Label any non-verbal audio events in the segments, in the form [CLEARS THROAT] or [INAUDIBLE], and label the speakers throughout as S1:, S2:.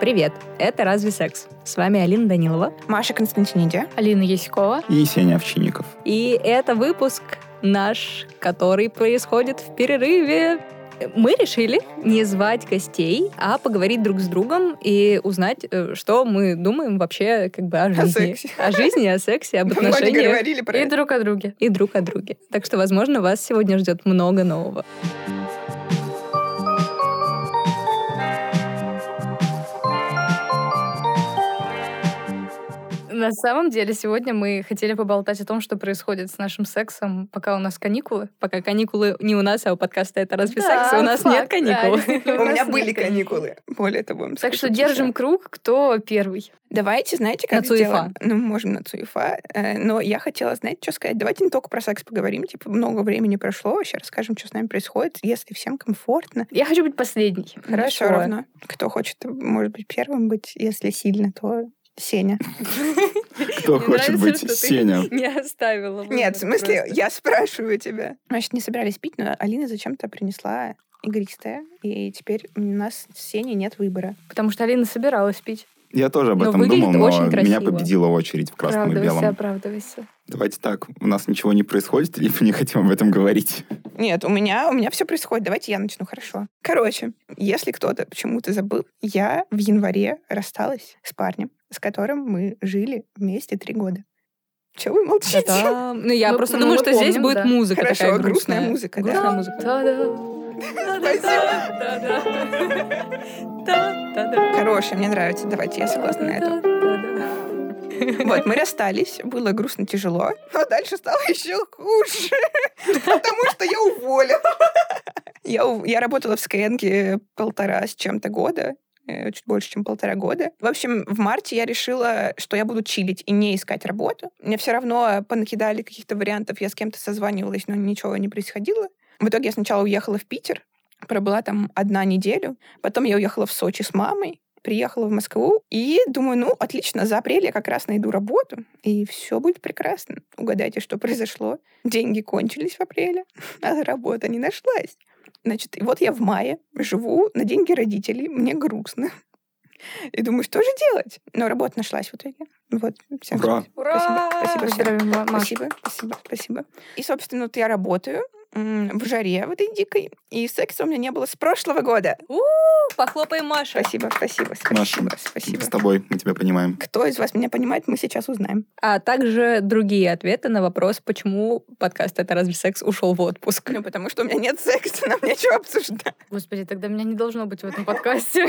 S1: Привет, это «Разве секс?». С вами Алина Данилова.
S2: Маша Константиниди.
S3: Алина Яськова.
S4: и Есения Овчинников.
S1: И это выпуск наш, который происходит в перерыве. Мы решили не звать гостей, а поговорить друг с другом и узнать, э, что мы думаем вообще как бы о жизни.
S2: сексе.
S1: О жизни, о сексе, об
S2: Мы вроде
S1: отношениях
S2: говорили про
S3: И
S2: это.
S3: друг о друге.
S1: и друг о друге. Так что, возможно, вас сегодня ждет много нового.
S3: На самом деле, сегодня мы хотели поболтать о том, что происходит с нашим сексом, пока А у нас каникулы.
S1: Пока каникулы не у нас, а у подкаста «Это разве
S3: Да,
S1: секс?» У нас
S3: факт,
S1: нет каникул.
S3: да, действительно, [LAUGHS]
S2: У меня
S3: нас
S2: были
S3: нет
S2: каникулы. Более того, вам
S3: Так
S2: скажу,
S3: что держим круг, кто первый.
S2: Давайте, знаете,
S1: На
S2: как
S1: Цуефа.
S2: сделаем? Ну, можем на Цуефа. э, Но я хотела, знаете, что сказать? Давайте не только про секс поговорим. Типа, много времени прошло. Вообще расскажем, что с нами происходит. Если всем комфортно,
S3: Я хочу быть последней.
S2: все равно. Кто хочет, может быть, первым быть. Если сильно, то Сеня.
S4: Кто
S1: [LAUGHS] Мне
S4: хочет
S1: нравится,
S4: быть
S1: что ты- [LAUGHS]
S4: Сеня?
S1: Не оставила.
S2: Нет, в
S1: выбор
S2: смысле,
S1: просто.
S2: я спрашиваю тебя. Значит, не собирались пить, но Алина зачем-то принесла игристое, и теперь у нас с Сеней нет выбора.
S3: Потому что Алина собиралась пить.
S4: Я тоже об
S1: Но
S4: этом
S1: выглядит
S4: думал, но
S1: очень
S4: меня
S1: красиво.
S4: победила очередь в красном и
S3: оправдывайся,
S4: белом.
S3: оправдывайся.
S4: Давайте так, у нас ничего не происходит, или мы не хотим об этом говорить.
S2: Нет, у меня, у меня все происходит. Давайте я начну, хорошо. Короче, если кто-то почему-то забыл, я в январе рассталась с парнем, с которым мы жили вместе три года. Чего вы молчите?
S1: Да-да. Ну, я
S3: Мы-
S1: просто
S3: ну,
S1: думаю,
S3: мы
S1: что
S3: помним,
S1: здесь будет
S3: да.
S1: музыка
S2: Хорошо,
S1: такая
S2: грустная
S1: грустная.
S2: музыка, да.
S1: Грустная музыка.
S3: Та-да.
S2: Хорошая, мне нравится. Давайте, я согласна на это. [LAUGHS] Вот, мы расстались, было грустно, тяжело, но дальше стало еще хуже, [LAUGHS] потому что я уволила. Я, ув- я работала в Скэнге полтора с чем-то года, э, чуть больше, чем полтора года. В общем, в марте я решила, что я буду чилить и не искать работу. Мне все равно понакидали каких-то вариантов, я с кем-то созванивалась, но ничего не происходило. В итоге я сначала уехала в Питер, пробыла там одна неделю, потом я уехала в Сочи с мамой, приехала в Москву и думаю, ну, отлично, за апрель я как раз найду работу, и все будет прекрасно. Угадайте, что произошло. Деньги кончились в апреле, [LAUGHS] а работа не нашлась. Значит, и вот я в мае живу на деньги родителей, мне грустно. [LAUGHS] И думаю, что же делать? Но работа нашлась в итоге. Вот. всем
S4: Ура.
S2: спасибо. Спасибо. Спасибо всем.
S3: Поздравим, Ма- Машу.
S2: Спасибо, спасибо, спасибо. И, собственно, вот я работаю м, в жаре в этой дикой, и секса у меня не было с прошлого года.
S1: Похлопай Маша.
S2: Спасибо, спасибо, спасибо,
S4: Маша,
S2: спасибо.
S4: С тобой, мы тебя понимаем.
S2: Кто из вас меня понимает, мы сейчас узнаем.
S1: А также другие ответы на вопрос, почему подкаст «Это разве секс?» ушел в отпуск.
S2: Ну, потому что у меня нет секса, нам нечего обсуждать.
S3: Господи, тогда меня не должно быть в этом [LAUGHS] подкасте.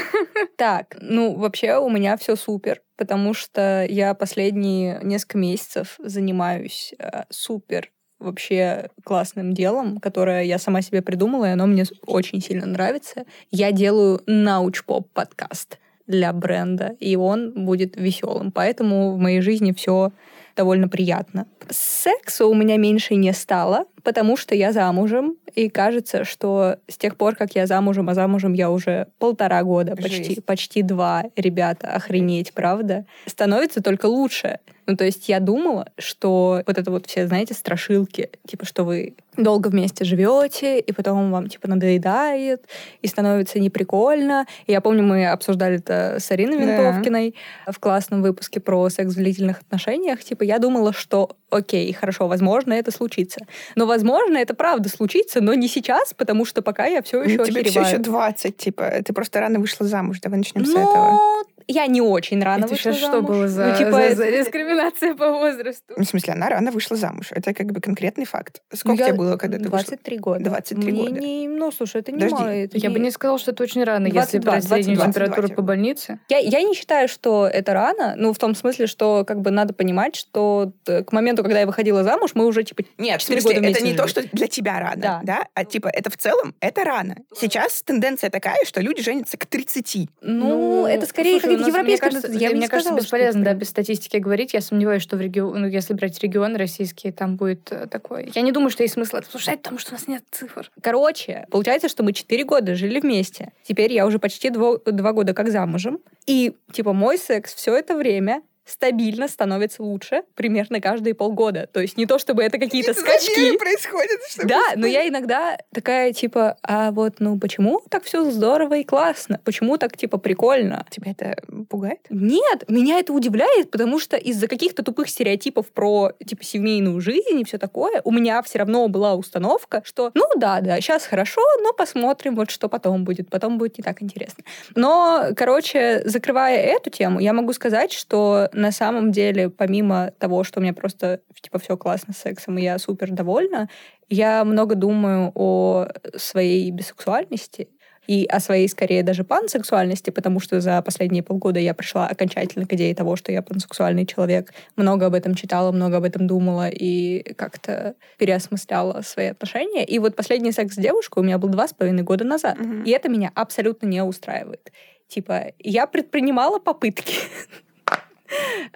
S1: Так, ну вообще у меня все супер, потому что я последние несколько месяцев занимаюсь э, супер вообще классным делом, которое я сама себе придумала, и оно мне с- очень сильно нравится. Я делаю научпоп подкаст для бренда, и он будет веселым. Поэтому в моей жизни все довольно приятно. Секса у меня меньше не стало, потому что я замужем, и кажется, что с тех пор, как я замужем, а замужем я уже полтора года, почти,
S2: Жесть.
S1: почти два, ребята, охренеть, правда, становится только лучше. Ну, то есть я думала, что вот это вот все, знаете, страшилки, типа, что вы долго вместе живете, и потом вам, типа, надоедает, и становится неприкольно. И я помню, мы обсуждали это с Ариной
S2: Да.
S1: Винтовкиной, в классном выпуске про секс в длительных отношениях, типа, я думала, что окей, хорошо, возможно, это случится. Но, возможно, это правда случится, но не сейчас, потому что пока я все еще
S2: Ну, Тебе все еще
S1: охереваю.
S2: 20, типа, ты просто рано вышла замуж, давай начнем
S1: Ну.
S2: с этого.
S1: Но я не очень рано
S3: Это
S1: вышла
S3: сейчас что
S1: замуж.
S3: было за
S1: Ну, типа,
S3: за-
S1: это-
S3: за дискриминация по возрасту?
S2: Ну, В смысле, она рано вышла замуж. Это как бы конкретный факт.
S1: Ну,
S2: Сколько
S1: я-
S2: тебе было, когда ты вышла?
S1: 23 года.
S2: 23
S1: Мне
S2: года.
S1: не- ну, слушай, это не
S2: Подожди,
S1: мало. это
S3: Я бы не сказала, что это очень рано, если
S1: 22,
S3: брать среднюю
S2: 22,
S3: температуру
S2: 22.
S3: по больнице.
S1: Я, я не считаю, что это рано, ну, в том смысле, что как бы надо понимать, что э, к моменту, когда я выходила замуж, мы уже, типа,
S2: Нет, в
S1: Четыре
S2: смысле,
S1: года
S2: это
S1: вместе
S2: не то,
S1: жили.
S2: что для тебя рано,
S1: Да.
S2: да. А типа это в целом, это рано. Сейчас тенденция такая, что люди женятся к 30.
S1: ну, это скорее
S3: слушай, у
S1: как
S3: нас, мне
S1: европейская
S3: кажется,
S1: тенденция. Я бы
S3: мне
S1: не
S3: кажется,
S1: сказала, что это
S3: бесполезно, да,
S1: прям-
S3: без статистики говорить. Я сомневаюсь, что в регион, ну, если брать регион российский, там будет э, такое. Я не думаю, что есть смысл это слушать, потому что у нас нет цифр.
S1: Короче, получается, что мы 4 года жили вместе. Теперь я уже почти 2, года как замужем. И, типа, мой секс все это время стабильно становится лучше примерно каждые полгода. То есть не то, чтобы это какие-то скачки.
S2: происходят, что
S1: Да, но я иногда такая, типа, а вот, ну, почему так все здорово и классно? Почему так, типа, прикольно?
S2: Тебя это пугает?
S1: Нет, меня это удивляет, потому что из-за каких-то тупых стереотипов про, типа, семейную жизнь и все такое, у меня все равно была установка, что, ну, да, да, сейчас хорошо, но посмотрим, вот что потом будет. Потом будет не так интересно. Но, короче, закрывая эту тему, я могу сказать, что на самом деле, помимо того, что у меня просто, типа, все классно с сексом, и я супер довольна, я много думаю о своей бисексуальности и о своей, скорее, даже пансексуальности, потому что за последние полгода я пришла окончательно к идее того, что я пансексуальный человек. Много об этом читала, много об этом думала и как-то переосмысляла свои отношения. И вот последний секс с девушкой у меня был два с половиной года назад.
S2: Мгм.
S1: И это меня абсолютно не устраивает. Типа, я предпринимала попытки.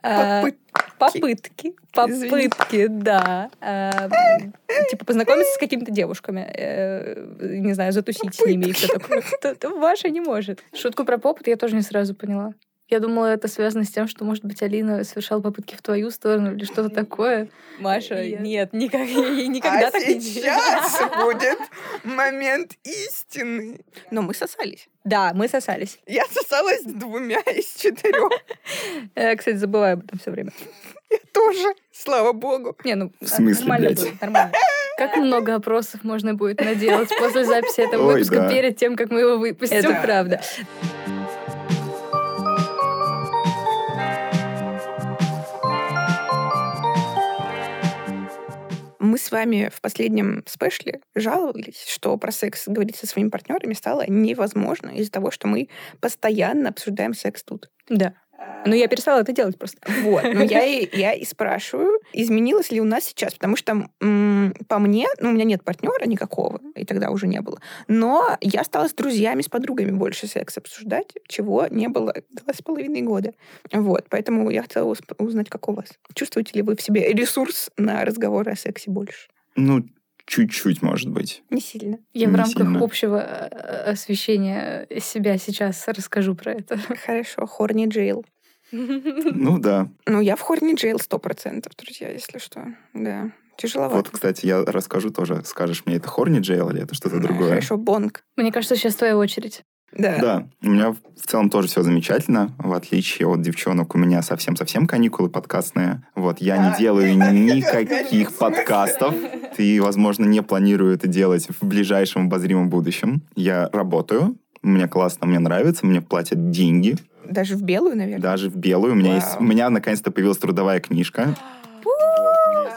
S1: А, Попытки.
S2: Извините.
S1: Попытки, да. А, м, Типа познакомиться с какими-то девушками. э, Не знаю, затусить с ними и все такое. Т- т- Ваша не может.
S3: Шутку про попыт я тоже не сразу поняла. Я думала, это связано с тем, что, может быть, Алина совершала попытки в твою сторону или что-то такое.
S1: Маша,
S3: Я-
S1: нет, никак- я никогда
S2: а
S1: так не делала.
S2: [LAUGHS] сейчас будет момент истины. Но мы сосались.
S1: Да, мы сосались.
S2: Я сосалась с двумя из четырех
S1: Э, Кстати, забываю об этом все время.
S2: [LAUGHS] тоже. Слава богу.
S1: Не, ну,
S4: В смысле,
S1: нормально
S4: блядь?
S1: было, нормально.
S3: Как много опросов можно будет наделать после записи этого
S4: Ой,
S3: выпуска,
S4: да.
S3: перед тем, как мы его выпустим.
S1: Это
S2: Да,
S1: правда.
S2: Мы с вами в последнем спешле жаловались, что про секс говорить со своими партнерами стало невозможно из-за того, что мы постоянно обсуждаем секс тут.
S1: Да.
S2: А,
S1: Ну, я перестала это делать просто.
S2: Вот. Но [LAUGHS] я и, я и спрашиваю, изменилось ли у нас сейчас, потому что м, по мне, ну, у меня нет партнера никакого, и тогда уже не было. Но я стала с друзьями, с подругами больше секс обсуждать, чего не было два с половиной года. Вот. Поэтому я хотела усп- узнать, как у вас. Чувствуете ли вы в себе ресурс на разговоры о сексе больше?
S4: Ну, чуть-чуть, может
S1: [LAUGHS]
S4: быть.
S2: Не сильно.
S3: Я в
S4: Не
S3: рамках
S4: сильно.
S3: общего э, освещения себя сейчас расскажу про это.
S2: [LAUGHS]
S3: [LAUGHS]
S2: Хорошо, Хорни Джейл.
S4: Ну да.
S2: Ну, я в Хорни Джейл сто процентов, друзья, если что. Да,
S4: Вот,
S2: тяжеловато.
S4: кстати, я расскажу тоже. Скажешь мне, это хорни джейл или это что-то
S2: А,
S4: другое?
S2: Хорошо, Бонг.
S3: Мне кажется, сейчас твоя очередь.
S2: Да.
S4: Да, у меня в в целом тоже все замечательно. В отличие от девчонок, у меня совсем-совсем каникулы подкастные. Вот, я не
S2: А. [LAUGHS]
S4: делаю никаких
S2: В смысле?
S4: подкастов. Ты, возможно, не планирую это делать в ближайшем обозримом будущем. Я работаю, мне классно, мне нравится, мне платят деньги,
S2: Даже в белую, наверное.
S4: даже в белую. У меня,
S2: Вау.
S4: есть, у меня наконец-то появилась трудовая книжка.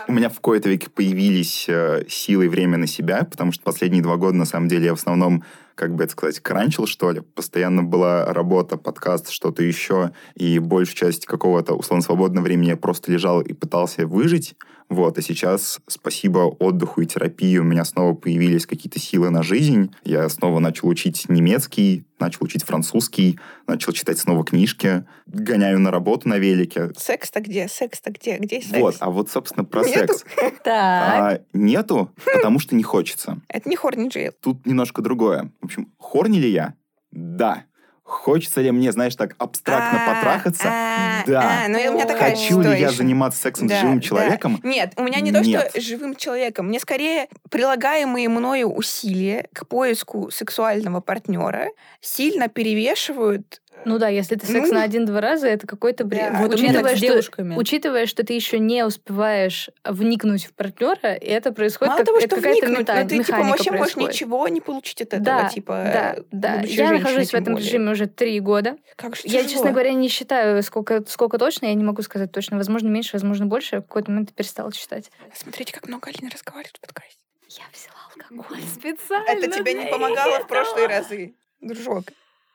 S4: У меня в кои-то веке появились э, силы и время на себя, потому что последние два года, на самом деле, я в основном, как бы это сказать, кранчил, что ли. Постоянно была работа, подкаст, что-то еще. И большую часть какого-то условно-свободного времени я просто лежал и пытался выжить. Вот, а сейчас, спасибо отдыху и терапии, у меня снова появились какие-то силы на жизнь. Я снова начал учить немецкий, начал учить французский, начал читать снова книжки, гоняю на работу на велике.
S2: Секс-то где? Секс-то где? Где секс?
S4: Вот, а вот, собственно, про
S2: Нету.
S4: секс.
S1: Так.
S4: А,
S2: [LAUGHS]
S4: нету, потому что не хочется.
S2: Это не Хорни Джейл.
S4: Тут немножко другое. В общем, хорни ли я? Да. Хочется ли мне, знаешь, так абстрактно
S2: А,
S4: потрахаться?
S2: а,
S4: да.
S2: а, ну и у меня такая же
S4: Хочу ли я
S2: ситуация.
S4: заниматься сексом
S2: Да,
S4: с живым
S2: да.
S4: человеком?
S2: Нет, у меня не то, что
S4: Нет.
S2: с живым человеком. Мне скорее прилагаемые мною усилия к поиску сексуального партнера сильно перевешивают
S3: Ну да, если ты секс
S2: Ну.
S3: на один-два раза, это какой-то бред.
S2: Да.
S1: Вот у меня так
S3: учитывая,
S1: с
S3: А, что,
S1: девушками.
S3: учитывая, что ты еще не успеешь вникнуть в партнера, и это происходит
S2: Мало
S3: как,
S2: того,
S3: это
S2: что
S3: какая-то
S2: вникнуть,
S3: мета-
S2: но ты типа
S3: механика
S2: вообще
S3: происходит.
S2: можешь ничего не получить от этого,
S3: Да,
S2: типа.
S3: да, да.
S2: будучи
S3: Я
S2: женщиной
S3: нахожусь в
S2: тем
S3: этом
S2: более.
S3: режиме уже три года.
S2: Как же
S3: Я,
S2: тяжело.
S3: честно говоря, не считаю, сколько, сколько точно, я не могу сказать точно. Возможно, меньше, возможно, больше. Я В какой-то момент перестала считать.
S2: Смотрите, как много Алина разговаривает в подкасте.
S3: Я взяла алкоголь специально.
S2: Это тебе не
S3: для
S2: помогало в
S3: этого.
S2: прошлые разы, дружок.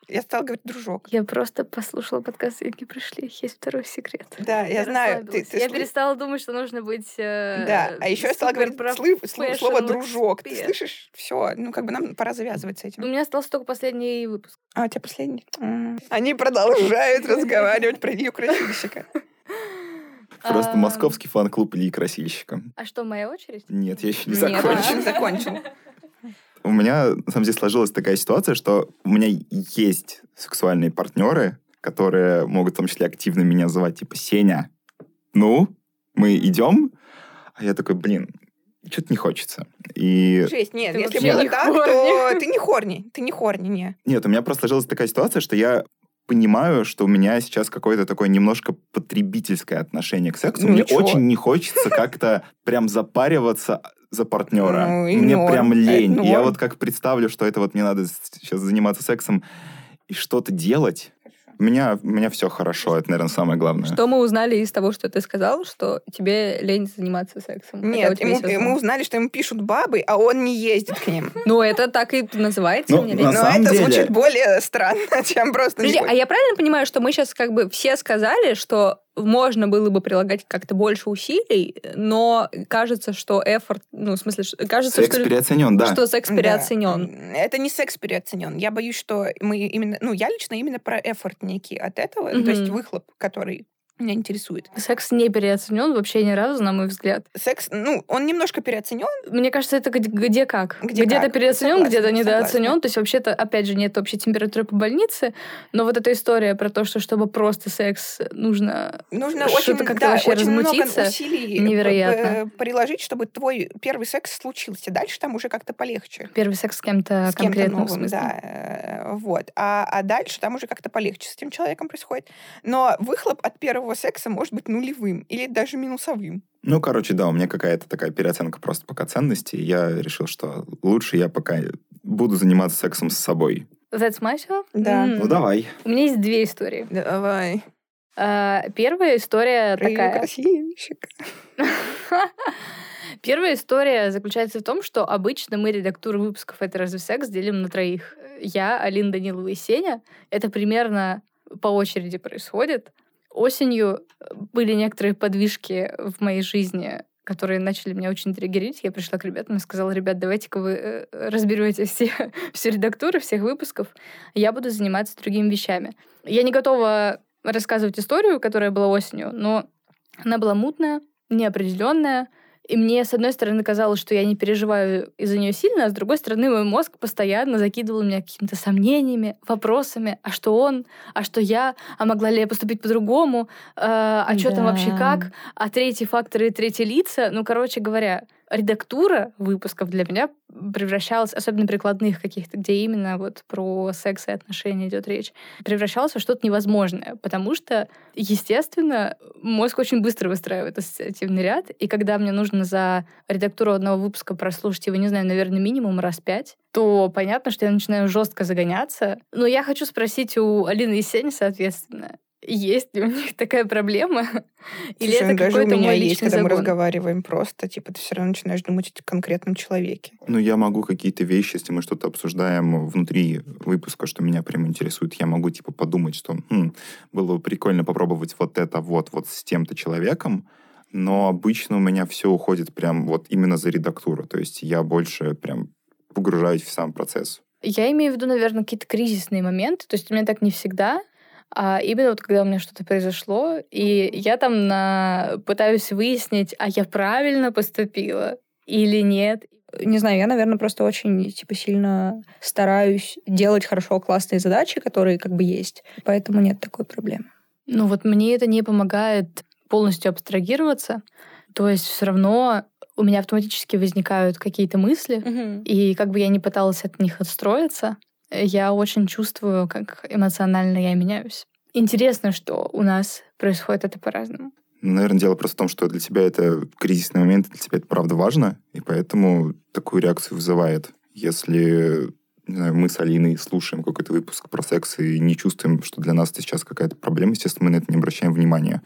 S2: Я стала говорить дружок.
S3: Я просто послушала подкаст «Деньги пришли». Есть второй секрет.
S2: Да, А я, знаю. Ты, ты
S3: расслабилась. я
S2: слы-
S3: перестала думать, что нужно быть... э,
S2: Да, а еще я стала говорить
S3: супер-проф-
S2: слы- слы- слово
S3: professional
S2: дружок. Ты
S3: expert.
S2: слышишь? Все, ну как бы нам пора завязывать с
S3: У
S2: этим.
S3: меня остался только последний выпуск.
S2: А у тебя последний?
S3: [LAUGHS]
S2: М. Они продолжают разговаривать про Илью Красильщика.
S4: Просто
S3: А,
S4: московский фан-клуб Ильи Красильщика.
S3: А что, моя очередь?
S4: Нет, я еще не
S2: Нет, он
S4: закончил.
S3: [LAUGHS]
S2: еще не закончил.
S4: У меня, на самом деле, сложилась такая ситуация, что у меня есть сексуальные партнеры, которые могут в том числе активно меня звать, типа, Сеня, ну, мы идем? А я такой, блин, что-то не хочется. И
S2: Жесть, нет,
S3: Ты
S2: если
S3: вообще
S2: было
S3: не
S2: так,
S3: [LAUGHS]
S2: то ты не хорни, ты не хорни, не.
S4: нет, у меня просто сложилась такая ситуация, что я понимаю, что у меня сейчас какое-то такое немножко потребительское отношение к сексу.
S2: Ну,
S4: Мне
S2: ничего.
S4: очень не хочется как-то прям запариваться за партнера.
S2: Ну, и
S4: мне
S2: норм.
S4: прям лень.
S2: Это
S4: И я
S2: норм.
S4: вот как представлю, что это вот мне надо сейчас заниматься сексом и что-то делать. У меня, у меня все хорошо, это, наверное, самое главное.
S1: Что мы узнали из того, что ты сказал, что тебе лень заниматься сексом?
S3: Ну,
S1: хотя у
S2: Нет,
S1: тебя
S2: ему-
S1: есть
S2: мы
S1: возможность.
S2: узнали, что ему пишут бабы, а он не ездит к ним.
S1: Ну, это так и называется.
S4: Ну,
S1: мне
S4: на
S1: лень.
S2: Но
S4: самом
S2: это
S4: деле-
S2: звучит более странно, [LAUGHS] чем просто... не
S1: Подожди, а
S2: ходит.
S1: я правильно понимаю, что мы сейчас как бы все сказали, что можно было бы прилагать как-то больше усилий, но кажется, что эфорт, ну, в смысле, ш- кажется,
S4: Секс
S1: что,
S4: переоценен, да.
S1: что секс
S2: Да.
S1: переоценен.
S2: М, Это не секс переоценен. Я боюсь, что мы именно... Ну, я лично именно про эфорт некий от этого, ну, то есть
S1: Мгм.
S2: выхлоп, который меня интересует.
S3: Секс не переоценен вообще ни разу, на мой взгляд.
S2: Секс, ну, он немножко переоценен.
S3: Мне кажется, это где- где как.
S2: Где
S3: Где-то
S2: как.
S3: переоценен,
S2: Согласна,
S3: где-то недооценен.
S2: согласна.
S3: То есть вообще-то, опять же, нет общей температуры по больнице. Но вот эта история про то, что чтобы просто секс нужно...
S2: Нужно
S3: Что-то
S2: очень,
S3: как-то
S2: да,
S3: вообще
S2: очень много
S3: размутиться.
S2: усилий
S3: Невероятно.
S2: э, приложить, чтобы твой первый секс случился. Дальше там уже как-то полегче.
S3: Первый секс с кем-то
S2: с кем-то
S3: конкретным. в
S2: новым,
S3: смысле.
S2: да, э, вот. А, а дальше там уже как-то полегче с этим человеком происходит. Но выхлоп от первого секса может быть нулевым или даже минусовым.
S4: Ну, короче, да, у меня какая-то такая переоценка просто пока ценности. Я решил, что лучше я пока буду заниматься сексом с собой.
S3: That's myself.
S1: Да.
S4: Ну, давай.
S3: У меня есть две истории.
S2: Давай.
S3: А, Первая история такая.
S2: Красивчик.
S3: [LAUGHS] Первая история заключается в том, что обычно мы редактуру выпусков «Это разве секс» делим на троих. Я, Алина Данилова и Сеня. Это примерно по очереди происходит. Осенью э, были некоторые подвижки в моей жизни, которые начали меня очень триггерить. Я пришла к ребятам и сказала, ребят, давайте-ка вы э, разберете все, [LAUGHS] всю редактуру всех выпусков. Я буду заниматься другими вещами. Я не готова рассказывать историю, которая была осенью, но она была мутная, неопределенная, и мне, с одной стороны, казалось, что я не переживаю из-за нее сильно, а с другой стороны, мой мозг постоянно закидывал меня какими-то сомнениями, вопросами, а что он, а что я, а могла ли я поступить по-другому, Э, а что там
S1: Да.
S3: вообще как, а третьи факторы и третьи лица. Ну, короче говоря, редактура выпусков для меня превращалась, особенно прикладных каких-то, где именно вот про секс и отношения идет речь, превращалась во что-то невозможное, потому что Естественно, мозг очень быстро выстраивает ассоциативный ряд, и когда мне нужно за редактуру одного выпуска прослушать его, не знаю, наверное, минимум раз пять, то понятно, что я начинаю жестко загоняться. Но я хочу спросить у Алины и Сени, соответственно, есть ли у них такая проблема? [LAUGHS] Или
S2: Слушай,
S3: это
S2: ну, даже у
S3: какой-то
S2: меня
S3: мой
S2: есть,
S3: личный
S2: когда мы
S3: загон?
S2: разговариваем просто, типа, ты все равно начинаешь думать о конкретном человеке.
S4: Ну, я могу какие-то вещи, если мы что-то обсуждаем внутри выпуска, что меня прям интересует, я могу, типа, подумать, что «Хм, было бы прикольно попробовать вот это вот, вот с тем-то человеком, но обычно у меня все уходит прям вот именно за редактуру. То есть я больше прям погружаюсь в сам процесс.
S3: Я имею в виду, наверное, какие-то кризисные моменты. То есть у меня так не всегда. А именно вот когда у меня что-то произошло, и я там на... пытаюсь выяснить, а я правильно поступила или нет.
S1: не знаю, я, наверное, просто очень, типа, сильно стараюсь делать хорошо классные задачи, которые как бы есть. Поэтому нет такой проблемы.
S3: Ну вот мне это не помогает полностью абстрагироваться. То есть все равно у меня автоматически возникают какие-то мысли, И как бы я ни пыталась от них отстроиться, э, я очень чувствую, как эмоционально я меняюсь. Интересно, что у нас происходит это по-разному.
S4: Ну, Наверное, дело просто в том, что для тебя это кризисный момент, для тебя это правда важно, и поэтому такую реакцию вызывает. Если не знаю, мы с Алиной слушаем какой-то выпуск про секс и не чувствуем, что для нас это сейчас какая-то проблема, естественно, мы на это не обращаем внимания.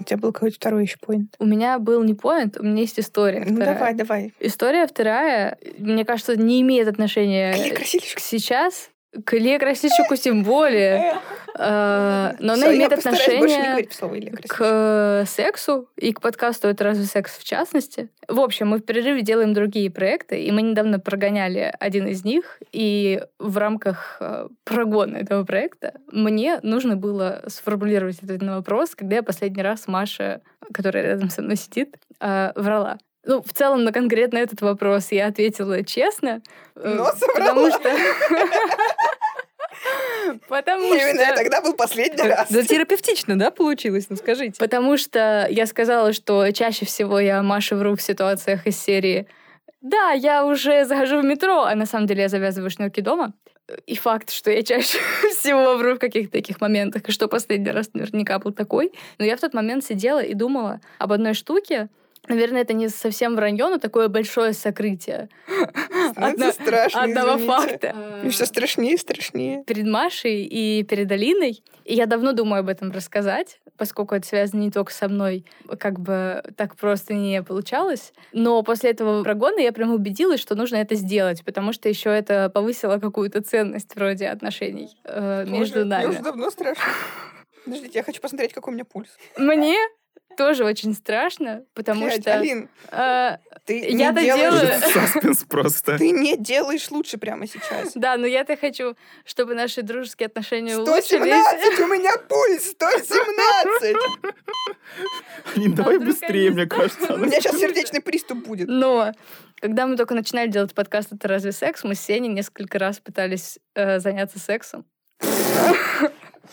S2: У тебя был какой-то второй еще поинт.
S3: У меня был не поинт, у меня есть история.
S2: Ну,
S3: вторая.
S2: давай, давай.
S3: История вторая, мне кажется, не имеет отношения
S2: Или красильщик.
S3: к сейчас, к Илье Красильщику тем более,
S2: [LAUGHS]
S3: Э, но
S2: Всё,
S3: она
S2: я
S3: имеет
S2: постараюсь больше не
S3: отношение
S2: говорить слово Илья
S3: к
S2: Красильщик.
S3: э, сексу и к подкасту «Это разве секс?» в частности. В общем, мы в перерыве делаем другие проекты, и мы недавно прогоняли один из них, и в рамках э, прогона этого проекта мне нужно было сформулировать ответ на вопрос, когда я последний раз Маша, которая рядом со мной сидит, э, врала. Ну, в целом, на конкретно этот вопрос я ответила честно. э,
S2: Но соврала.
S3: Потому что... [LAUGHS] Потому
S2: Именно
S3: что...
S2: тогда был
S3: [LAUGHS]
S2: последний раз.
S1: Да терапевтично, да, получилось? Ну, скажите.
S3: Потому что я сказала, что чаще всего я машу в рук в ситуациях из серии «Да, я уже захожу в метро», а на самом деле я завязываю шнурки дома. И факт, что я чаще [LAUGHS] всего вру в каких-то таких моментах, и что последний раз наверняка был такой. Но я в тот момент сидела и думала об одной штуке. Наверное, это не совсем вранье, но такое большое сокрытие
S2: Становится
S3: Одна-
S2: страшно,
S3: одного
S2: Ну, извините.
S3: факта.
S2: И все страшнее и страшнее.
S3: перед Машей и перед Алиной. И я давно думаю об этом рассказать, поскольку это связано не только со мной, как бы так просто не получалось. Но после этого прогона я прям убедилась, что нужно это сделать, потому что еще это повысило какую-то ценность вроде отношений э, между
S2: Боже, Мне
S3: нами.
S2: уже давно страшно. Подождите, я хочу посмотреть, какой у меня пульс.
S3: [LAUGHS] Мне тоже очень страшно, потому
S2: Блядь,
S3: что
S2: Алин,
S3: э,
S2: ты
S3: Я-то
S2: не делаешь...
S3: делаю.
S4: Саспенс
S2: [LAUGHS]
S4: просто.
S2: Ты не делаешь лучше прямо
S3: [LAUGHS]
S2: сейчас.
S3: да, но я-то хочу, чтобы наши дружеские отношения улучшились.
S2: 117! У меня пульс! 117!
S4: Не, давай
S3: вдруг
S4: быстрее,
S3: они
S4: мне кажется.
S2: У
S4: она-
S2: меня сейчас сердечный приступ будет.
S3: Но когда мы только начинали делать подкаст «Это разве секс?», мы с Сеней несколько раз пытались э, заняться сексом.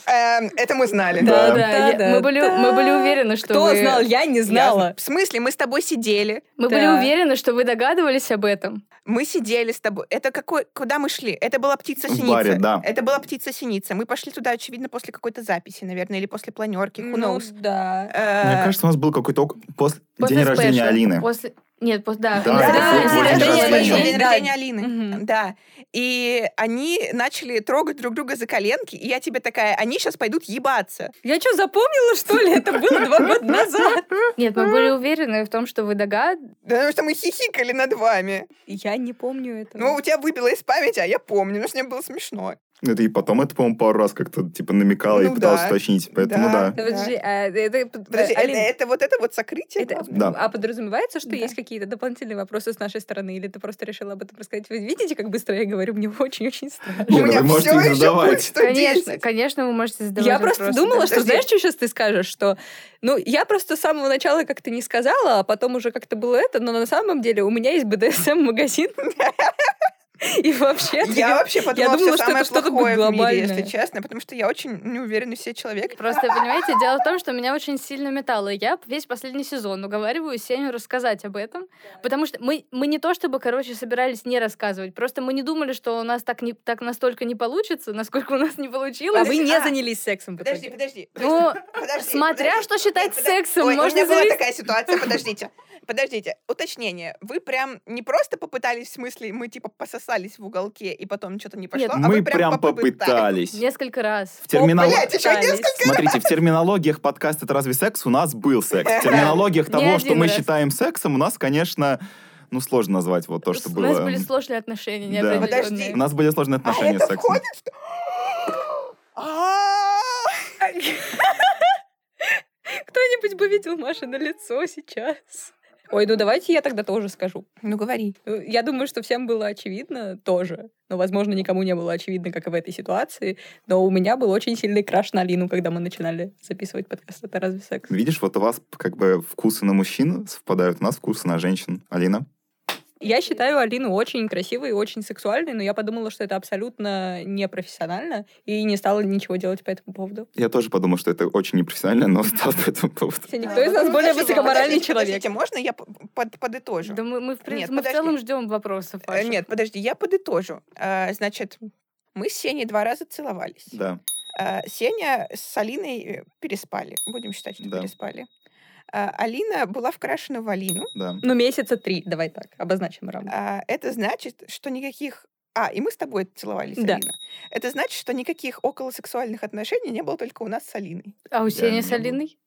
S2: Эм, Это мы знали.
S4: Да.
S3: я- мы, были, мы были уверены, что
S1: Кто
S3: вы...
S1: знал? Я не знала.
S2: Ясно. В смысле, мы с тобой сидели.
S3: Мы
S1: Да.
S3: были уверены, что вы догадывались об этом.
S2: Мы сидели с тобой. Это какой... Куда мы шли? Это была
S4: В
S2: птица-синица.
S4: баре, да.
S2: Это была птица-синица. Мы пошли туда, очевидно, после какой-то записи, наверное, или после планерки. Who
S1: Ну,
S2: knows?
S1: да.
S2: Э,
S4: [LAUGHS] Мне кажется, у нас был какой-то ок- после
S3: После
S4: день рождения
S3: спешла,
S4: Алины.
S3: После... Нет, после... Да.
S4: Да,
S1: это был
S3: день
S1: день
S3: рождения
S1: рождения.
S3: Алины.
S2: День
S1: Алины.
S2: рождения
S1: Да.
S2: Алины.
S1: Мгм.
S2: Да. И они начали трогать друг друга за коленки, и я тебе такая, они сейчас пойдут ебаться.
S1: Я что, запомнила, что ли? Это было
S2: [LAUGHS]
S1: два года назад.
S3: Нет, мы были уверены в том, что вы догадывались.
S2: Да потому что мы хихикали над вами.
S1: Я не помню этого.
S2: Ну, у тебя выбило из памяти, а я помню, но с ним было смешно.
S4: Это и потом это, по-моему, пару раз как-то типа намекала и
S2: Ну
S4: пыталась
S2: да.
S4: уточнить. Поэтому
S2: Да.
S4: да.
S1: Да подожди, а это-
S2: Подожди,
S1: Алин,
S2: это, это вот это вот сокрытие?
S1: это-
S2: главное?
S4: Да.
S1: А подразумевается, что
S2: Да.
S1: есть какие-то дополнительные вопросы с нашей стороны, или ты просто решила об этом рассказать? Вы видите, как быстро я говорю? Мне очень-очень страшно.
S2: У
S4: Не, ну
S2: меня
S4: вы можете
S2: всё
S4: не
S2: ещё
S4: задавать.
S2: будет 110.
S3: Конечно, конечно, вы можете задавать
S1: Я просто
S3: вопросы,
S1: думала,
S3: да.
S1: что
S2: Подожди.
S1: знаешь, что сейчас ты скажешь, что ну я просто с самого начала как-то не сказала, а потом уже как-то было это, но на самом деле у меня есть БДСМ эм магазин [LAUGHS] и вообще
S2: Я вообще подумала,
S1: думала,
S2: что
S1: что
S2: самое
S1: это что-то
S2: плохое в мире, если
S1: глобальное.
S2: честно, потому что я очень неуверенный в себе человек.
S3: Просто, понимаете, дело в том, что меня очень сильно метало. Я весь последний сезон уговариваю Сеню рассказать об этом. Потому что мы, мы не то чтобы, короче, собирались не рассказывать. Просто мы не думали, что у нас так, не, так настолько не получится, насколько у нас не
S1: а
S3: получилось.
S1: вы не
S2: А,
S1: занялись сексом в
S2: Подожди,
S1: итоге.
S2: подожди.
S3: Ну,
S2: подожди,
S3: смотря
S2: подожди.
S3: что
S2: Нет,
S3: считать
S2: подо-
S3: сексом,
S2: Ой, у
S3: можно
S2: меня была
S3: завис-
S2: такая ситуация, подождите. Подождите, уточнение. Вы прям не просто попытались, в смысле, мы типа пососались в уголке, и потом что-то не пошло,
S3: Нет.
S2: а вы
S4: Мы прям
S2: попытались.
S4: попытались.
S3: Несколько раз.
S4: В терминал...
S2: блядь, еще
S1: Пытались.
S2: несколько
S4: Смотрите, в терминологиях подкаст «Это разве секс?» у нас был секс. В терминологиях
S3: Не
S4: того, что
S3: один
S4: мы
S3: раз.
S4: считаем сексом, у нас, конечно, ну, сложно назвать вот то, что
S3: у
S4: было.
S3: нас были сложные отношения,
S4: Да.
S3: неопределенные.
S2: Подожди.
S4: У нас были сложные
S2: А
S4: отношения с
S2: это
S4: сексом.
S2: входит в... [GASPS] А,
S1: Кто-нибудь бы видел Маше на лицо сейчас. Ой, ну давайте я тогда тоже скажу.
S2: Ну говори.
S1: Ну, Я думаю, что всем было очевидно тоже. Но, возможно, никому не было очевидно, как и в этой ситуации. Но у меня был очень сильный краш на Алину, когда мы начинали записывать подкаст «Это разве секс?»
S4: Видишь, вот у вас как бы вкусы на мужчин совпадают, у нас вкусы на женщин. Алина?
S1: Я считаю Алину очень красивой и очень сексуальной, но я подумала, что это абсолютно непрофессионально, и не стала ничего делать по этому поводу.
S4: Я тоже подумал, что это очень непрофессионально, но [LAUGHS] стал по этому поводу.
S1: Хотя никто
S2: Ну,
S1: из нас более высокоморальный человек.
S2: можно я п- под- подытожу?
S3: Да мы, мы, в, принципе,
S2: Нет,
S3: мы в
S2: подожди.
S3: целом ждем вопросов.
S2: Э,
S3: ваших.
S2: Нет, подожди, я подытожу. Э, Значит, мы с Сеней два раза целовались.
S4: Да.
S2: Э, Сеня с Алиной э, переспали. Будем считать, что
S4: Да.
S2: переспали. Э, Алина была вкрашена в Алину.
S4: Да.
S1: Ну, месяца три, давай так, обозначим рамку.
S2: А, Это значит, что никаких... А, и мы с тобой целовались,
S1: Да.
S2: Алина. Это значит, что никаких околосексуальных отношений не было только у нас с Алиной.
S3: А у Сени
S4: не
S3: с
S4: был.
S3: Алиной?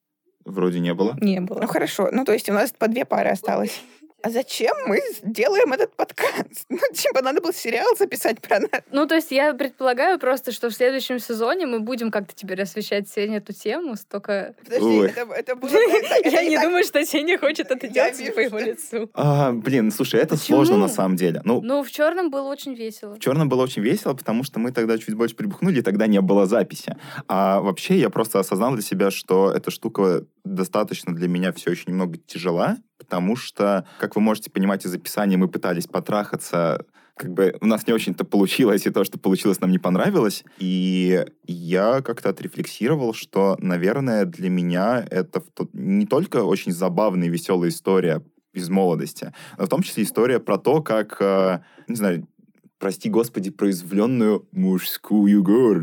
S4: Вроде не было.
S1: Не
S2: Ну
S1: было.
S2: хорошо, ну то есть у нас по две пары осталось. А зачем мы делаем этот подкаст? [LAUGHS] Ну, типа, надо было сериал записать про нас.
S3: Ну, то есть я предполагаю просто, что в следующем сезоне мы будем как-то теперь освещать Сене эту
S2: [LAUGHS]
S3: тему, столько...
S2: Подожди,
S4: Ой.
S2: это, это было... так- это
S1: [LAUGHS] Я не
S2: так.
S1: думаю, что Сеня хочет это
S2: Я
S1: делать
S2: вижу,
S1: по его
S2: что-
S1: лицу.
S4: [LAUGHS] А, блин, слушай, это сложно на самом деле. Ну,
S3: Ну, в черном было очень весело.
S4: в черном было очень весело, потому что мы тогда чуть больше прибухнули, и тогда не было записи. А вообще я просто осознал для себя, что эта штука достаточно для меня все еще немного тяжела, потому что, как вы можете понимать из описания, мы пытались потрахаться как бы у нас не очень-то получилось, и то, что получилось, нам не понравилось. И я как-то отрефлексировал, что, наверное, для меня это в тот- не только очень забавная и веселая история из молодости, но в том числе история про то, как, э, не знаю, прости господи, произвленную мужскую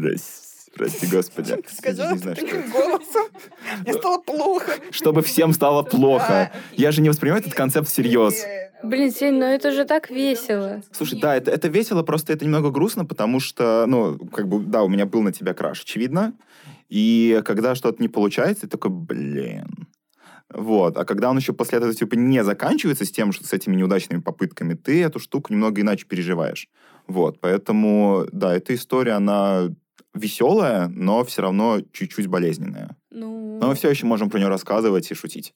S4: гордость. Прости
S2: [LAUGHS]
S4: господи.
S2: Сказала
S4: Не знаю, что
S2: таким голосом. Мне стало плохо.
S4: это. Чтобы всем стало плохо. Я же не воспринимаю этот концепт всерьез.
S2: Э,
S3: Блин, Сень, ну это же так весело.
S4: Слушай, да, это, это весело, просто это немного грустно, потому что, ну, как бы, да, у меня был на тебя краш, очевидно. И когда что-то не получается, ты такой, блин. Вот. А когда он еще после этого, типа, не заканчивается с тем, что с этими неудачными попытками, ты эту штуку немного иначе переживаешь. Вот. Поэтому, да, эта история, она веселая, но все равно чуть-чуть болезненная.
S3: Ну,
S4: Но мы все еще можем про нее рассказывать и шутить.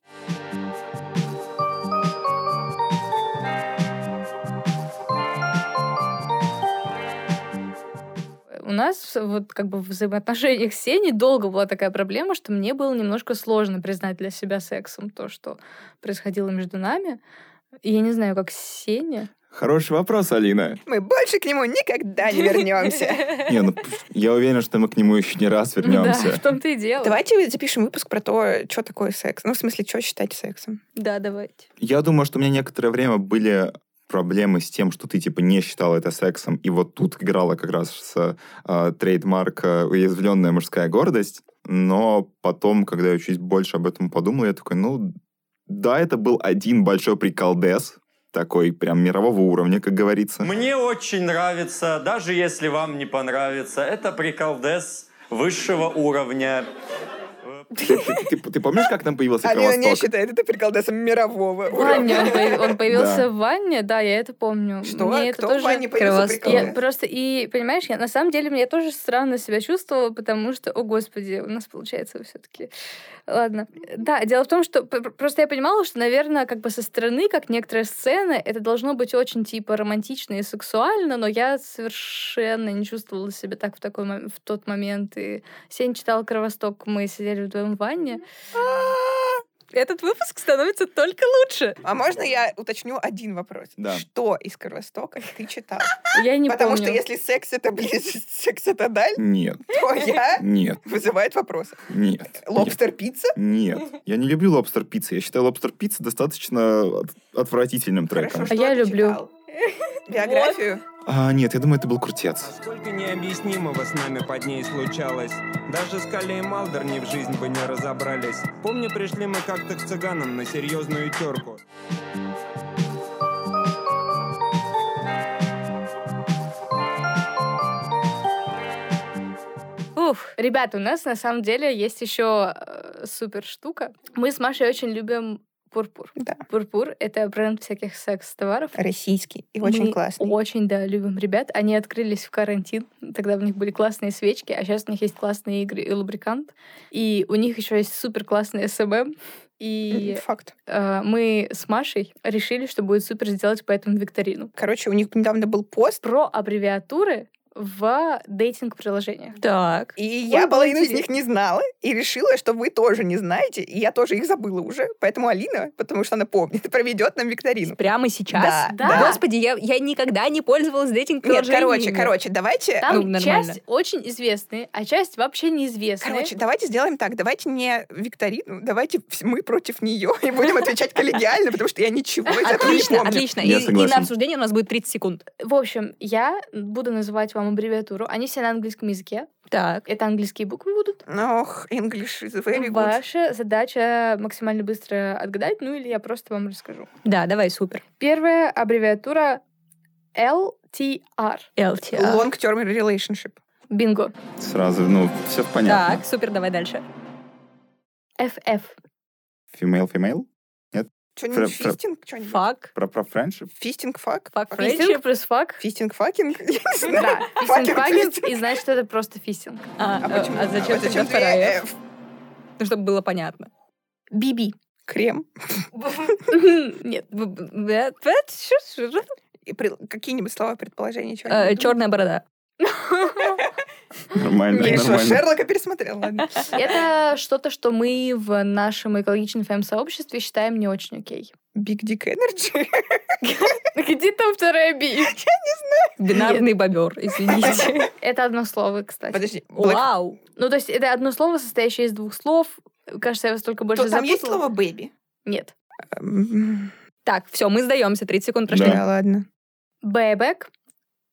S3: у нас вот как бы в взаимоотношениях с Сеней долго была такая проблема, что мне было немножко сложно признать для себя сексом то, что происходило между нами. И я не знаю, как Сеня.
S4: Хороший вопрос, Алина.
S2: Мы больше к нему никогда
S1: [LAUGHS]
S2: не вернемся.
S3: [LAUGHS]
S4: Не, ну, я уверен, что мы к нему еще не раз вернемся.
S3: Ну Да, в том-то и дело.
S2: Давайте запишем выпуск про то, что такое секс. Ну, в смысле, что считать сексом.
S3: Да, давайте.
S4: Я думаю, что у меня некоторое время были проблемы с тем, что ты, типа, не считал это сексом, и вот тут играла как раз с, э, трейдмарк э, «Уязвленная мужская гордость», но потом, когда я чуть больше об этом подумал, я такой, ну, да, это был один большой приколдес, такой прям мирового уровня, как говорится.
S5: Мне очень нравится, даже если вам не понравится. Это приколдес высшего уровня.
S4: Ты, ты- ты- ты помнишь, как нам появился
S2: Алина А, не
S4: Кровосток?
S2: считает это приколдесом мирового
S3: Ваня,
S2: уровня.
S3: он, появ- он появился
S4: Да.
S3: в ванне, да, я это помню.
S2: Что?
S3: Мне это
S2: Кто
S3: тоже...
S2: в ванне появился
S1: кровосток.
S3: Я
S2: приколдес?
S3: просто, и, понимаешь, я на самом деле, мне тоже странно себя чувствовала, потому что, о господи, у нас получается все таки Ладно. Да, дело в том, что п- п- просто я понимала, что, наверное, как бы со стороны, как некоторые сцены, это должно быть очень, типа, романтично и сексуально, но я совершенно не чувствовала себя так в, такой, мом- в тот момент. И Сень читал «Кровосток», мы сидели вдвоем в ванне. Этот выпуск становится только лучше.
S2: А можно я уточню один вопрос?
S4: Да.
S2: Что из Кровостока ты читал?
S3: Я не
S2: Потому
S3: помню.
S2: что если секс это близость, [LAUGHS] секс это даль,
S4: Нет,
S3: [LAUGHS]
S2: то я
S4: нет,
S2: вызывает вопросы.
S4: нет.
S2: Лобстер пицца?
S4: Нет, я не люблю лобстер пиццы. Я считаю лобстер пиццы достаточно от- отвратительным
S2: Хорошо,
S4: треком.
S2: что
S3: А я
S2: ты
S3: люблю. [LAUGHS]
S2: читал? Биографию.
S4: А, нет, я думаю, это был крутец.
S6: А сколько необъяснимого с нами под ней случалось. Даже Скали и Малдер не в жизнь бы не разобрались. Помню, пришли мы как-то к цыганам на серьезную терку.
S3: Уф. Ребята, у нас на самом деле есть еще э, супер штука. Мы с Машей очень любим пурпур.
S2: Да.
S3: Пурпур — это бренд всяких секс-товаров.
S2: Российский и
S3: Мы
S2: очень классный.
S3: Очень, да, любим ребят. Они открылись в карантин. Тогда у них были классные свечки, а сейчас у них есть классные игры и лубрикант. И у них еще есть супер классный СММ. эм. И
S2: Факт.
S3: э, мы с Машей решили, что будет супер сделать по этому викторину.
S2: Короче, у них недавно был пост,
S3: Про аббревиатуры в дейтинг-приложениях.
S1: Так.
S2: и я
S3: Ой,
S2: половину из
S3: молодец.
S2: них не знала, и решила, что вы тоже не знаете, и я тоже их забыла уже. Поэтому Алина, потому что она помнит, [LAUGHS] проведет нам викторину.
S1: Прямо сейчас?
S2: Да,
S3: да.
S1: Господи, я, я никогда не пользовалась дейтинг
S2: Нет, короче, короче, давайте...
S3: Там
S1: Ну, нормально.
S3: часть очень известные, а часть вообще неизвестная.
S2: Короче, давайте сделаем так. Давайте не викторину, давайте вс- мы против нее [LAUGHS] и будем отвечать коллегиально, потому что я ничего из этого не
S1: Отлично,
S2: помню.
S1: отлично.
S4: Я
S1: И, и
S4: согласен.
S1: на обсуждение у нас будет 30 секунд.
S3: В общем, я буду называть вам аббревиатуру. Они все на английском языке.
S1: Так.
S3: Это английские буквы будут.
S2: Ох, English is very good.
S3: Ваша задача максимально быстро отгадать, ну или я просто вам расскажу.
S1: Да, давай, супер.
S3: Первая аббревиатура LTR.
S1: LTR.
S2: Long term relationship.
S3: Бинго.
S4: Сразу, ну, все понятно.
S1: Так, супер, давай дальше.
S3: FF.
S4: Female, female?
S2: Что-нибудь
S4: Фра- фра-
S2: фистинг? Что-нибудь?
S1: Фак.
S4: Про,
S2: [LAUGHS]
S4: про friendship?
S2: Фистинг фак?
S1: Фак
S3: Фистинг
S1: фрейдшинг.
S3: плюс фак.
S2: Фистинг факинг? [LAUGHS] Я не знаю.
S3: Да, фистинг
S2: Факинг,
S3: факинг,
S2: фистинг.
S3: и значит, это просто фистинг.
S1: А,
S2: А
S1: э,
S2: почему?
S1: а зачем
S2: А
S1: тогда
S2: зачем две
S1: вторая?
S2: F?
S1: Ну, чтобы было понятно.
S3: BB.
S2: Крем.
S3: Нет.
S2: И при- Какие-нибудь слова предположения?
S1: Черная Э, борода.
S4: Нормально,
S2: Я что,
S4: нормально.
S2: Шерлока пересмотрел, ладно.
S3: Это что-то, что мы в нашем экологичном фэм-сообществе считаем не очень окей.
S2: Big Dick Energy. [LAUGHS]
S3: Где там вторая би?
S1: Бинарный бобер, извините.
S3: Это одно слово, кстати.
S2: Подожди, Black-
S1: Вау.
S3: Ну, то есть это одно слово, состоящее из двух слов. Кажется, я вас только больше
S2: То- там есть
S3: запутала.
S2: слово baby?
S3: Нет.
S2: Эм,
S1: Так, все, мы сдаемся. 30 секунд прошли.
S4: Да.
S2: Да, ладно.
S3: Бэбэк.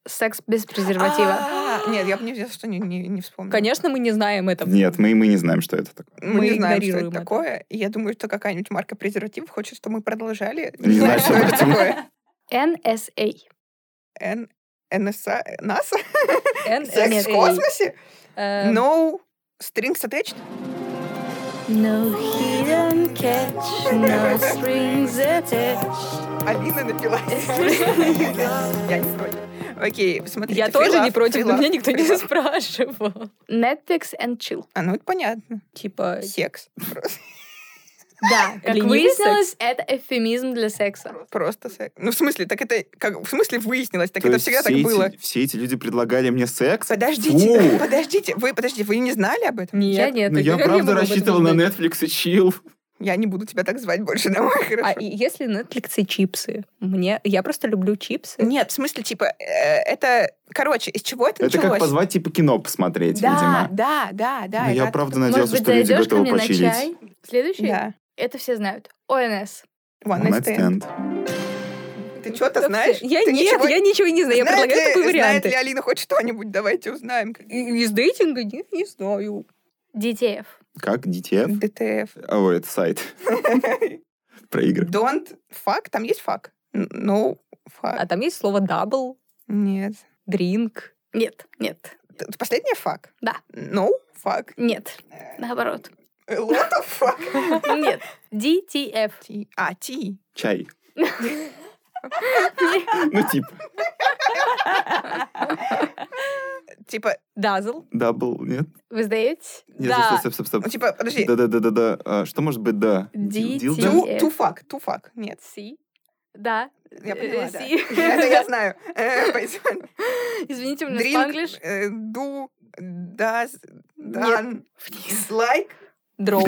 S3: Секс без презерватива.
S2: А, Нет, я бы не взяла, что не- не не вспомнила.
S1: Конечно, мы не знаем этого.
S4: Нет, мы, мы не знаем, что это такое.
S2: Мы,
S1: Мы
S2: не знаем, что
S1: игнорируем
S2: это
S1: это.
S2: такое. И я думаю, что какая-нибудь марка презервативов хочет, чтобы мы продолжали.
S4: Не знаю, что это
S2: такое.
S3: NSA.
S2: Н- НСА? НАСА? а? Секс
S1: NSA.
S2: в космосе?
S1: Эм,
S2: No strings attached?
S3: No hidden catch, no strings
S1: [LAUGHS]
S2: Алина напилась. Я не против. Окей, смотрите.
S1: Я тоже не
S2: Free Love,
S1: против, но
S2: Free
S1: меня
S2: Love,
S1: никто
S2: Free
S1: не
S2: Love.
S1: спрашивал.
S3: Netflix and chill.
S2: А, ну это понятно.
S1: Типа,
S2: Секс. Просто-
S3: Да,
S1: [LAUGHS]
S3: как
S1: Ленивый
S3: выяснилось, это эвфемизм для секса.
S2: Просто секс. Ну, в смысле, так это... как- В смысле, выяснилось, так
S4: То
S2: это
S4: есть
S2: всегда
S4: все
S2: так
S4: эти-
S2: было.
S4: Все эти люди предлагали мне секс?
S2: Подождите,
S4: Фу!
S2: подождите, вы, подожди, вы не знали об этом?
S1: нет.
S3: Я нет.
S4: Ну, я
S1: как я могу
S4: правда
S1: об этом
S4: рассчитывал на
S1: знать?
S4: Netflix и chill.
S2: Я не буду тебя так звать больше домой, хорошо?
S1: А и если Netflix и чипсы? Мне... Я просто люблю чипсы.
S2: Нет, в смысле, типа, э, это... Короче, из чего это
S4: Это как
S2: началось?
S4: позвать, типа, кино посмотреть,
S2: Да,
S4: видимо.
S2: да, да, да.
S4: Но я
S2: это-
S4: правда
S3: Может
S4: надеялся,
S3: быть,
S4: что люди
S3: зайдешь ко
S4: готовы
S3: мне на
S4: почилить.
S3: чай? Следующий?
S2: Да.
S3: Это все знают. ОНС.
S2: One
S4: One
S2: night
S4: night
S2: stand.
S4: stand.
S2: Ты что-то
S1: Как-то-
S2: знаешь?
S1: Я
S2: Ты
S1: нет,
S2: ничего-
S1: я ничего не знаю. Я
S2: Знает
S1: предлагаю
S2: ли-
S1: только
S2: Знает ли
S1: варианты.
S2: Алина хоть что-нибудь? Давайте узнаем.
S1: И- Из дейтинга? Нет, не знаю.
S3: DTF.
S4: Как? DTF?
S2: ДТФ.
S4: О, это сайт. Про игры.
S2: Don't fuck. Там есть fuck? No
S1: А
S2: fuck.
S1: там есть слово дабл,
S2: Нет.
S1: дринк.
S3: Нет, нет,
S2: Т- Последнее fuck?
S3: Да.
S2: No fuck.
S3: нет.
S2: [LAUGHS]
S3: Наоборот.
S2: A lot of fuck.
S3: Нет. DTF.
S2: Tea. А, ти.
S4: Чай. Ну, типа,
S2: Типа,
S1: Дазл.
S4: дабл, нет?
S3: Вы сдаете?
S4: Нет,
S1: Да.
S4: стоп, стоп, стоп,
S2: ну,
S4: стоп.
S2: типа, подожди.
S4: Да-да-да-да-да. А, Что может быть да?
S3: DTF.
S4: Дилда?
S2: Two, two fuck. Two fuck. Нет.
S3: Си. Да.
S2: Я поняла,
S3: Э,
S2: да.
S3: си.
S2: Это я
S1: [LAUGHS]
S2: знаю. Э, поэтому-
S3: Извините, у меня
S2: Drink,
S3: спанглиш.
S2: э, do, does, done, like.
S1: Дроу.
S2: В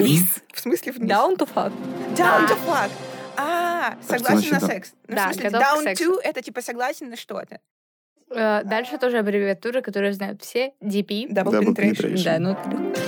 S2: смысле вниз?
S1: Down to fuck.
S2: Down
S3: Да.
S2: to fuck. А, согласен
S4: значит
S2: на
S4: да?
S2: секс. Ну,
S3: Да,
S2: в смысле,
S3: готов к
S2: down
S3: сексу.
S2: to — это типа согласен на что-то.
S3: Э, Дальше тоже аббревиатура, которую знают все. DP.
S2: Double,
S4: Double
S2: penetration.
S4: penetration.
S1: Да, ну... это легко.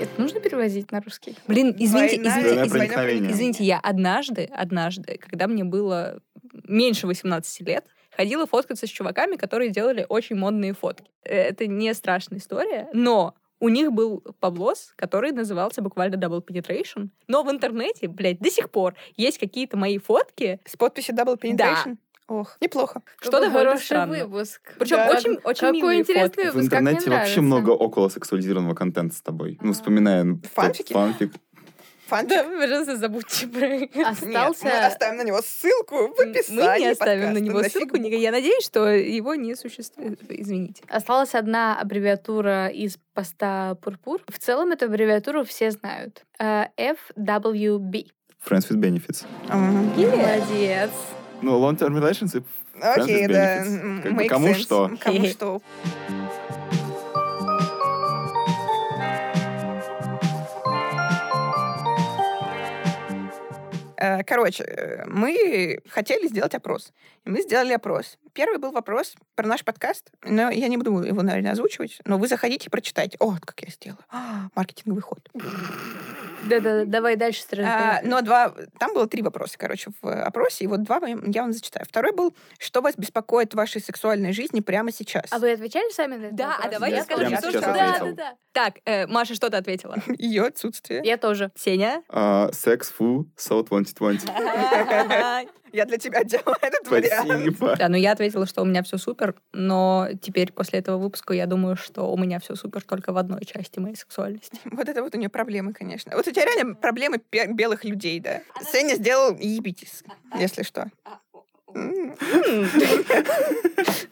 S3: Это нужно перевозить на русский?
S1: Блин, извините,
S2: Двойная-
S1: извините,
S4: Двойное
S1: извините.
S4: проникновение.
S1: Извините, я однажды, однажды, когда мне было меньше 18 лет, ходила фоткаться с чуваками, которые делали очень модные фотки. Э, Это не страшная история, но у них был поблос, который назывался буквально Double Penetration. Но в интернете, блядь, до сих пор есть какие-то мои фотки,
S2: С подписью double penetration? Ох, неплохо.
S1: что
S3: Какой
S1: довольно
S3: хороший
S1: странно.
S3: выпуск.
S1: Причем
S2: Да.
S1: очень, очень
S3: Какой
S1: милые
S3: интересный
S1: фотки.
S4: В
S3: выпуск, как мне
S4: интернете вообще
S3: нравится.
S4: много около сексуализированного контента с тобой. Ну, вспоминая ну, тот
S2: А. Фанфики?
S4: фанфик.
S2: Фанфик.
S1: Да, пожалуйста, забудьте про это.
S3: [LAUGHS] Остался...
S2: Нет, мы оставим на него ссылку в описании
S1: Мы не оставим на
S2: подкаста.
S1: него ссылку.
S2: фигу.
S1: Я надеюсь, что его не существует. Извините.
S3: Осталась одна аббревиатура из поста Пурпур. В целом эту аббревиатуру все знают. Э, FWB.
S4: Friends with benefits.
S2: Ага.
S3: Молодец.
S4: Ну, long-term relationship. Friends
S2: Окей,
S4: with
S2: да.
S4: benefits.
S2: м,
S4: Как бы
S2: make
S4: кому
S2: sense.
S4: что.
S2: Кому что. Э, Короче, э, мы хотели сделать опрос. И мы сделали опрос. Первый был вопрос про наш подкаст, но я не буду его, наверное, озвучивать, но вы заходите и прочитайте. О, вот как я сделала. А, [GASPS] Маркетинговый ход.
S3: Да-да, давай дальше сразу.
S2: А, но два... Там было три вопроса, короче, в э, опросе, и вот два вам- я вам зачитаю. Второй был, что вас беспокоит в вашей сексуальной жизни прямо сейчас? [LAUGHS]
S3: А вы отвечали сами на этот
S1: Да, а
S3: вопрос?
S1: давай
S4: я Я скажу, прямо что- сейчас
S3: Да, да,
S4: ответил.
S3: да.
S1: Так, э, Маша что-то ответила.
S2: Ее отсутствие.
S3: Я тоже.
S1: Сеня?
S4: А, Sex, фу, so
S2: [LAUGHS]
S4: 2020.
S1: Да,
S2: Я для тебя делала этот вариант. [LAUGHS]
S4: Спасибо.
S1: ну я ответила, что у меня все супер, но теперь после этого выпуска я думаю, что у меня все супер только в одной части моей сексуальности.
S2: Вот это вот у нее проблемы, конечно. Вот у тебя реально проблемы пе- белых людей, да. Сеня сделал ебитис, если что. М.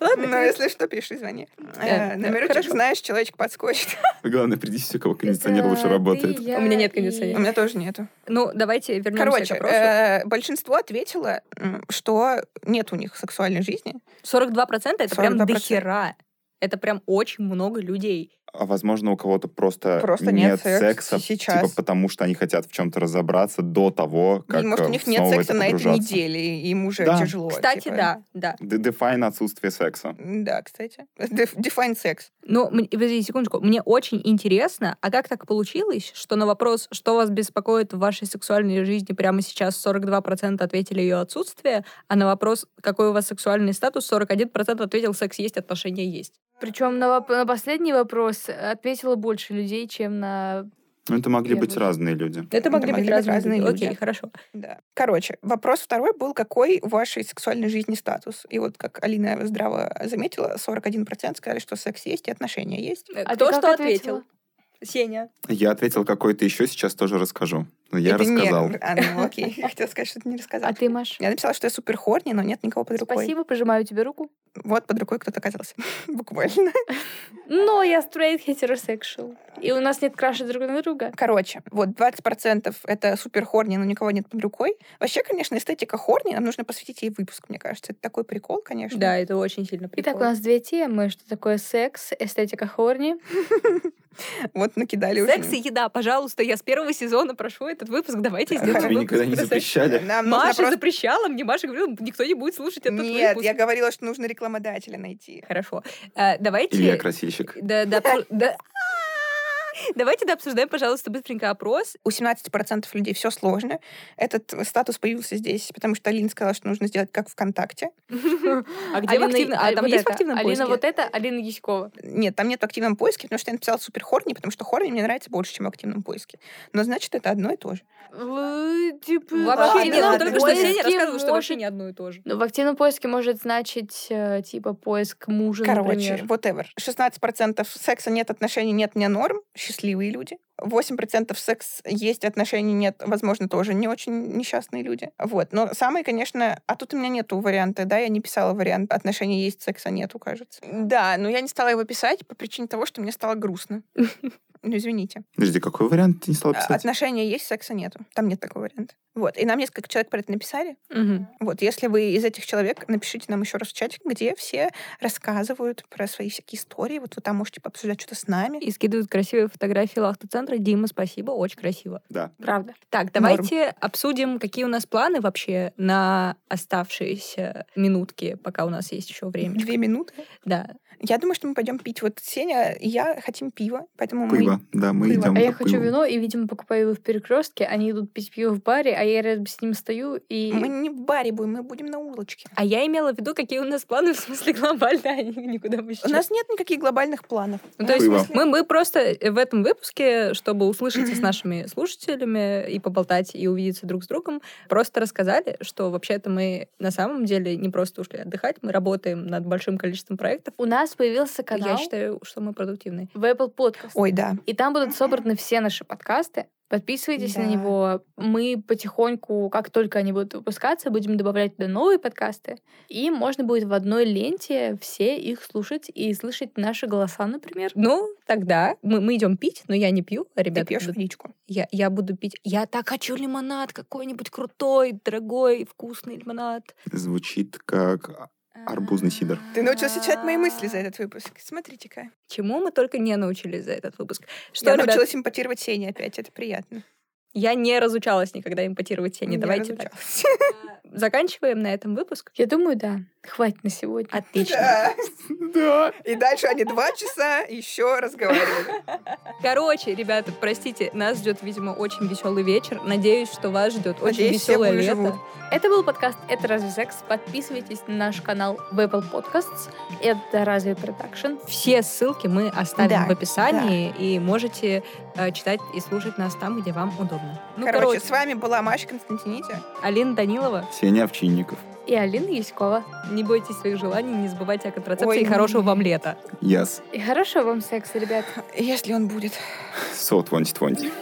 S2: Но если что, пиши, звони. Э,
S1: да,
S2: Номерочек
S1: хорошо.
S2: знаешь, человечек подскочит.
S4: Главное, придите, у кого кондиционер лучше
S3: Да,
S4: работает.
S3: ты, я
S1: У меня нет
S3: и-
S2: У
S1: кондиционера.
S2: меня тоже нету.
S1: Ну, давайте вернемся
S2: Короче,
S1: к опросу.
S2: э, большинство ответило, м, что нет у них сексуальной жизни.
S1: 42% это прям
S2: 42%.
S1: дохера. Это прям очень много людей.
S4: А возможно, у кого-то просто,
S2: Просто нет секс-
S4: секса,
S2: сейчас.
S4: типа потому что они хотят в чем-то разобраться до того, как
S2: Может, у
S4: э,
S2: них нет
S4: снова
S2: секса на этой
S4: погружаться.
S2: неделе, и им уже
S4: Да.
S2: тяжело.
S1: Кстати,
S2: типа.
S1: да, да.
S4: Д- Define отсутствие секса.
S2: Да, кстати. [LAUGHS] Деф- Define секс.
S1: Ну, м- подождите секундочку. Мне очень интересно, а как так получилось, что на вопрос, что вас беспокоит в вашей сексуальной жизни, прямо сейчас 42% ответили ее отсутствие, а на вопрос, какой у вас сексуальный статус, 41% ответил секс есть, отношения есть.
S3: Причем на, воп- на последний вопрос ответило больше людей, чем на...
S4: Ну, это могли
S3: Я
S4: быть
S3: вот-
S4: разные люди.
S1: Это могли, быть разные, люди.
S2: люди.
S1: Окей, хорошо.
S2: Да. Короче, вопрос второй был, какой в вашей сексуальной жизни статус? И вот, как Алина здраво заметила, 41% сказали, что секс есть и отношения есть.
S1: Э,
S3: А
S1: Кто
S3: ты как
S1: что
S3: ответила?
S1: ответил? Сеня.
S4: Я ответил какой-то еще, сейчас тоже расскажу. Но я
S2: И ты не-
S4: рассказал.
S2: А, ну окей. [LAUGHS] Я хотела сказать, что ты не рассказала.
S3: А ты, Маш?
S2: Я написала, что я супер хорни, но нет никого под рукой.
S3: Спасибо, пожимаю тебе руку.
S2: Вот под рукой кто-то оказался. [LAUGHS] Буквально.
S3: Но я straight heterosexual. И у нас нет краши друг на друга.
S2: Короче, вот 20% это супер хорни, но никого нет под рукой. Вообще, конечно, эстетика хорни, нам нужно посвятить ей выпуск, мне кажется. Это такой прикол, конечно.
S1: Да, это очень сильно прикольно.
S3: Итак, у нас две темы. Что такое секс, эстетика хорни.
S2: Вот накидали уже.
S1: Секс и еда, пожалуйста, я с первого сезона прошу этот выпуск, давайте
S2: Да,
S1: сделаем
S4: Тебе
S1: выпуск
S4: никогда не
S1: про секс.
S4: запрещали.
S2: Нам нужно
S1: Маша
S2: просто-
S1: запрещала мне, Маша говорила, «Ну, никто не будет слушать этот
S2: Нет,
S1: выпуск.
S2: я говорила, что нужно рекламодателя найти.
S1: Хорошо. Э, давайте...
S4: Илья Красильщик.
S1: Да, да, обсу- да. Давайте дообсуждаем, пожалуйста, быстренько опрос.
S2: У 17% людей все сложно. Этот статус появился здесь, потому что Алина сказала, что нужно сделать как ВКонтакте.
S1: А где в активно- а
S3: Аль-
S1: там
S3: вот
S1: есть в
S3: это.
S1: активном поиске?
S3: Алина вот это, Алина Яськова.
S2: Нет, там нет в активном поиске, потому что я написала супер хорни, потому что хорни мне нравится больше, чем в активном поиске. Но значит, это одно и то же.
S1: Вообще
S2: ладно,
S1: нет,
S2: ладно,
S1: только что
S2: поиск
S1: Сеня рассказывал, что вообще
S3: может-
S1: не одно и то же.
S3: Ну, В активном поиске может значить, э, типа, поиск мужа,
S2: Короче,
S3: например.
S2: whatever. 16% секса нет, отношений нет, не норм. Счастливые люди. 8% секс есть, отношений нет, возможно, тоже не очень несчастные люди. Вот. Но самые, конечно... А тут у меня нету варианта, да? Я не писала вариант «отношений есть, секса нету», кажется. Да, но я не стала его писать по причине того, что мне стало грустно. [LAUGHS] Ну, извините.
S4: Подожди, какой вариант ты не стал
S2: А,
S4: писать?
S2: Отношения есть, секса нету. Там нет такого варианта. Вот. И нам несколько человек про это написали. Вот, если вы из этих человек, напишите нам еще раз в чате, где все рассказывают про свои всякие истории. Вот вы там можете пообсуждать что-то с нами.
S1: И скидывают красивые фотографии лахта-центра. Дима, спасибо, очень красиво.
S4: Да.
S3: Правда.
S1: Так,
S2: Норм.
S1: давайте обсудим, какие у нас планы вообще на оставшиеся минутки, пока у нас есть еще время.
S2: Две минуты.
S1: Да.
S2: Я думаю, что мы пойдем пить. Вот Сеня и я хотим пиво, поэтому
S4: Пыло. Да, мы
S2: Пыло.
S4: идем.
S3: А
S4: по
S3: я хочу
S4: пылу.
S3: вино, и, видимо, покупаю его в перекрестке. Они идут пить пиво в баре, а я рядом с ним стою и...
S2: мы,
S3: [LAUGHS]
S2: мы не в баре будем, мы будем на улочке.
S1: А я имела в виду, какие у нас планы, в смысле глобально, а не- никуда мы
S2: У
S1: сейчас.
S2: нас нет никаких глобальных планов.
S1: Ну, то есть
S4: Пыло.
S1: мы, мы просто э, в этом выпуске, чтобы услышаться
S2: [CLEARS THROAT]
S1: с нашими слушателями и поболтать, и увидеться друг с другом, просто рассказали, что вообще-то мы на самом деле не просто ушли отдыхать, мы работаем над большим количеством проектов.
S3: У нас появился канал
S1: Я считаю, что мы продуктивны.
S3: в Apple Podcast.
S2: Ой, да.
S3: И там будут собраны все наши подкасты. Подписывайтесь на
S2: Да.
S3: него. Мы потихоньку, как только они будут выпускаться, будем добавлять туда новые подкасты. И можно будет в одной ленте все их слушать и слышать наши голоса, например.
S1: Ну, тогда мы, мы идем пить, но я не пью, а
S2: Ты
S1: ребята
S2: пьешь
S1: будут-
S2: водичку.
S1: Я, я буду пить. Я так хочу лимонад, какой-нибудь крутой, дорогой, вкусный лимонад.
S4: Звучит как... Арбузный сидр.
S2: Ты научился читать
S1: А.
S2: мои мысли за этот выпуск. Смотрите-ка.
S1: Чему мы только не научились за этот выпуск. Что,
S2: я
S1: ребят,
S2: научилась импотировать Сене опять, это приятно.
S1: я не разучалась никогда импотировать тени.
S2: Я
S1: Давайте так.
S2: разучалась.
S1: Заканчиваем на этом выпуск.
S3: Я думаю, да. Хватит на сегодня.
S1: Отлично.
S2: [LAUGHS] Да. И дальше они два часа еще разговаривали.
S1: Короче, ребята, простите, нас ждет, видимо, очень веселый вечер. Надеюсь, что вас ждет очень
S2: Надеюсь, все
S1: веселое лето.
S2: выживут.
S3: Это был подкаст «Это разве секс?». Подписывайтесь на наш канал в Apple Podcasts. Это «Разве продакшн?».
S1: Все ссылки мы оставим
S2: Да,
S1: в описании, и можете э, читать и слушать нас там, где вам удобно. Ну,
S2: короче, с вами была Маша Константините.
S1: Алина Данилова.
S4: Сеня Овчинников.
S3: И Алина Яськова.
S1: Не бойтесь своих желаний, не забывайте о контрацепции
S2: Ой.
S1: и хорошего вам лета.
S4: Yes.
S3: И хорошего вам секса, ребят.
S2: Если он будет.
S4: So 2020.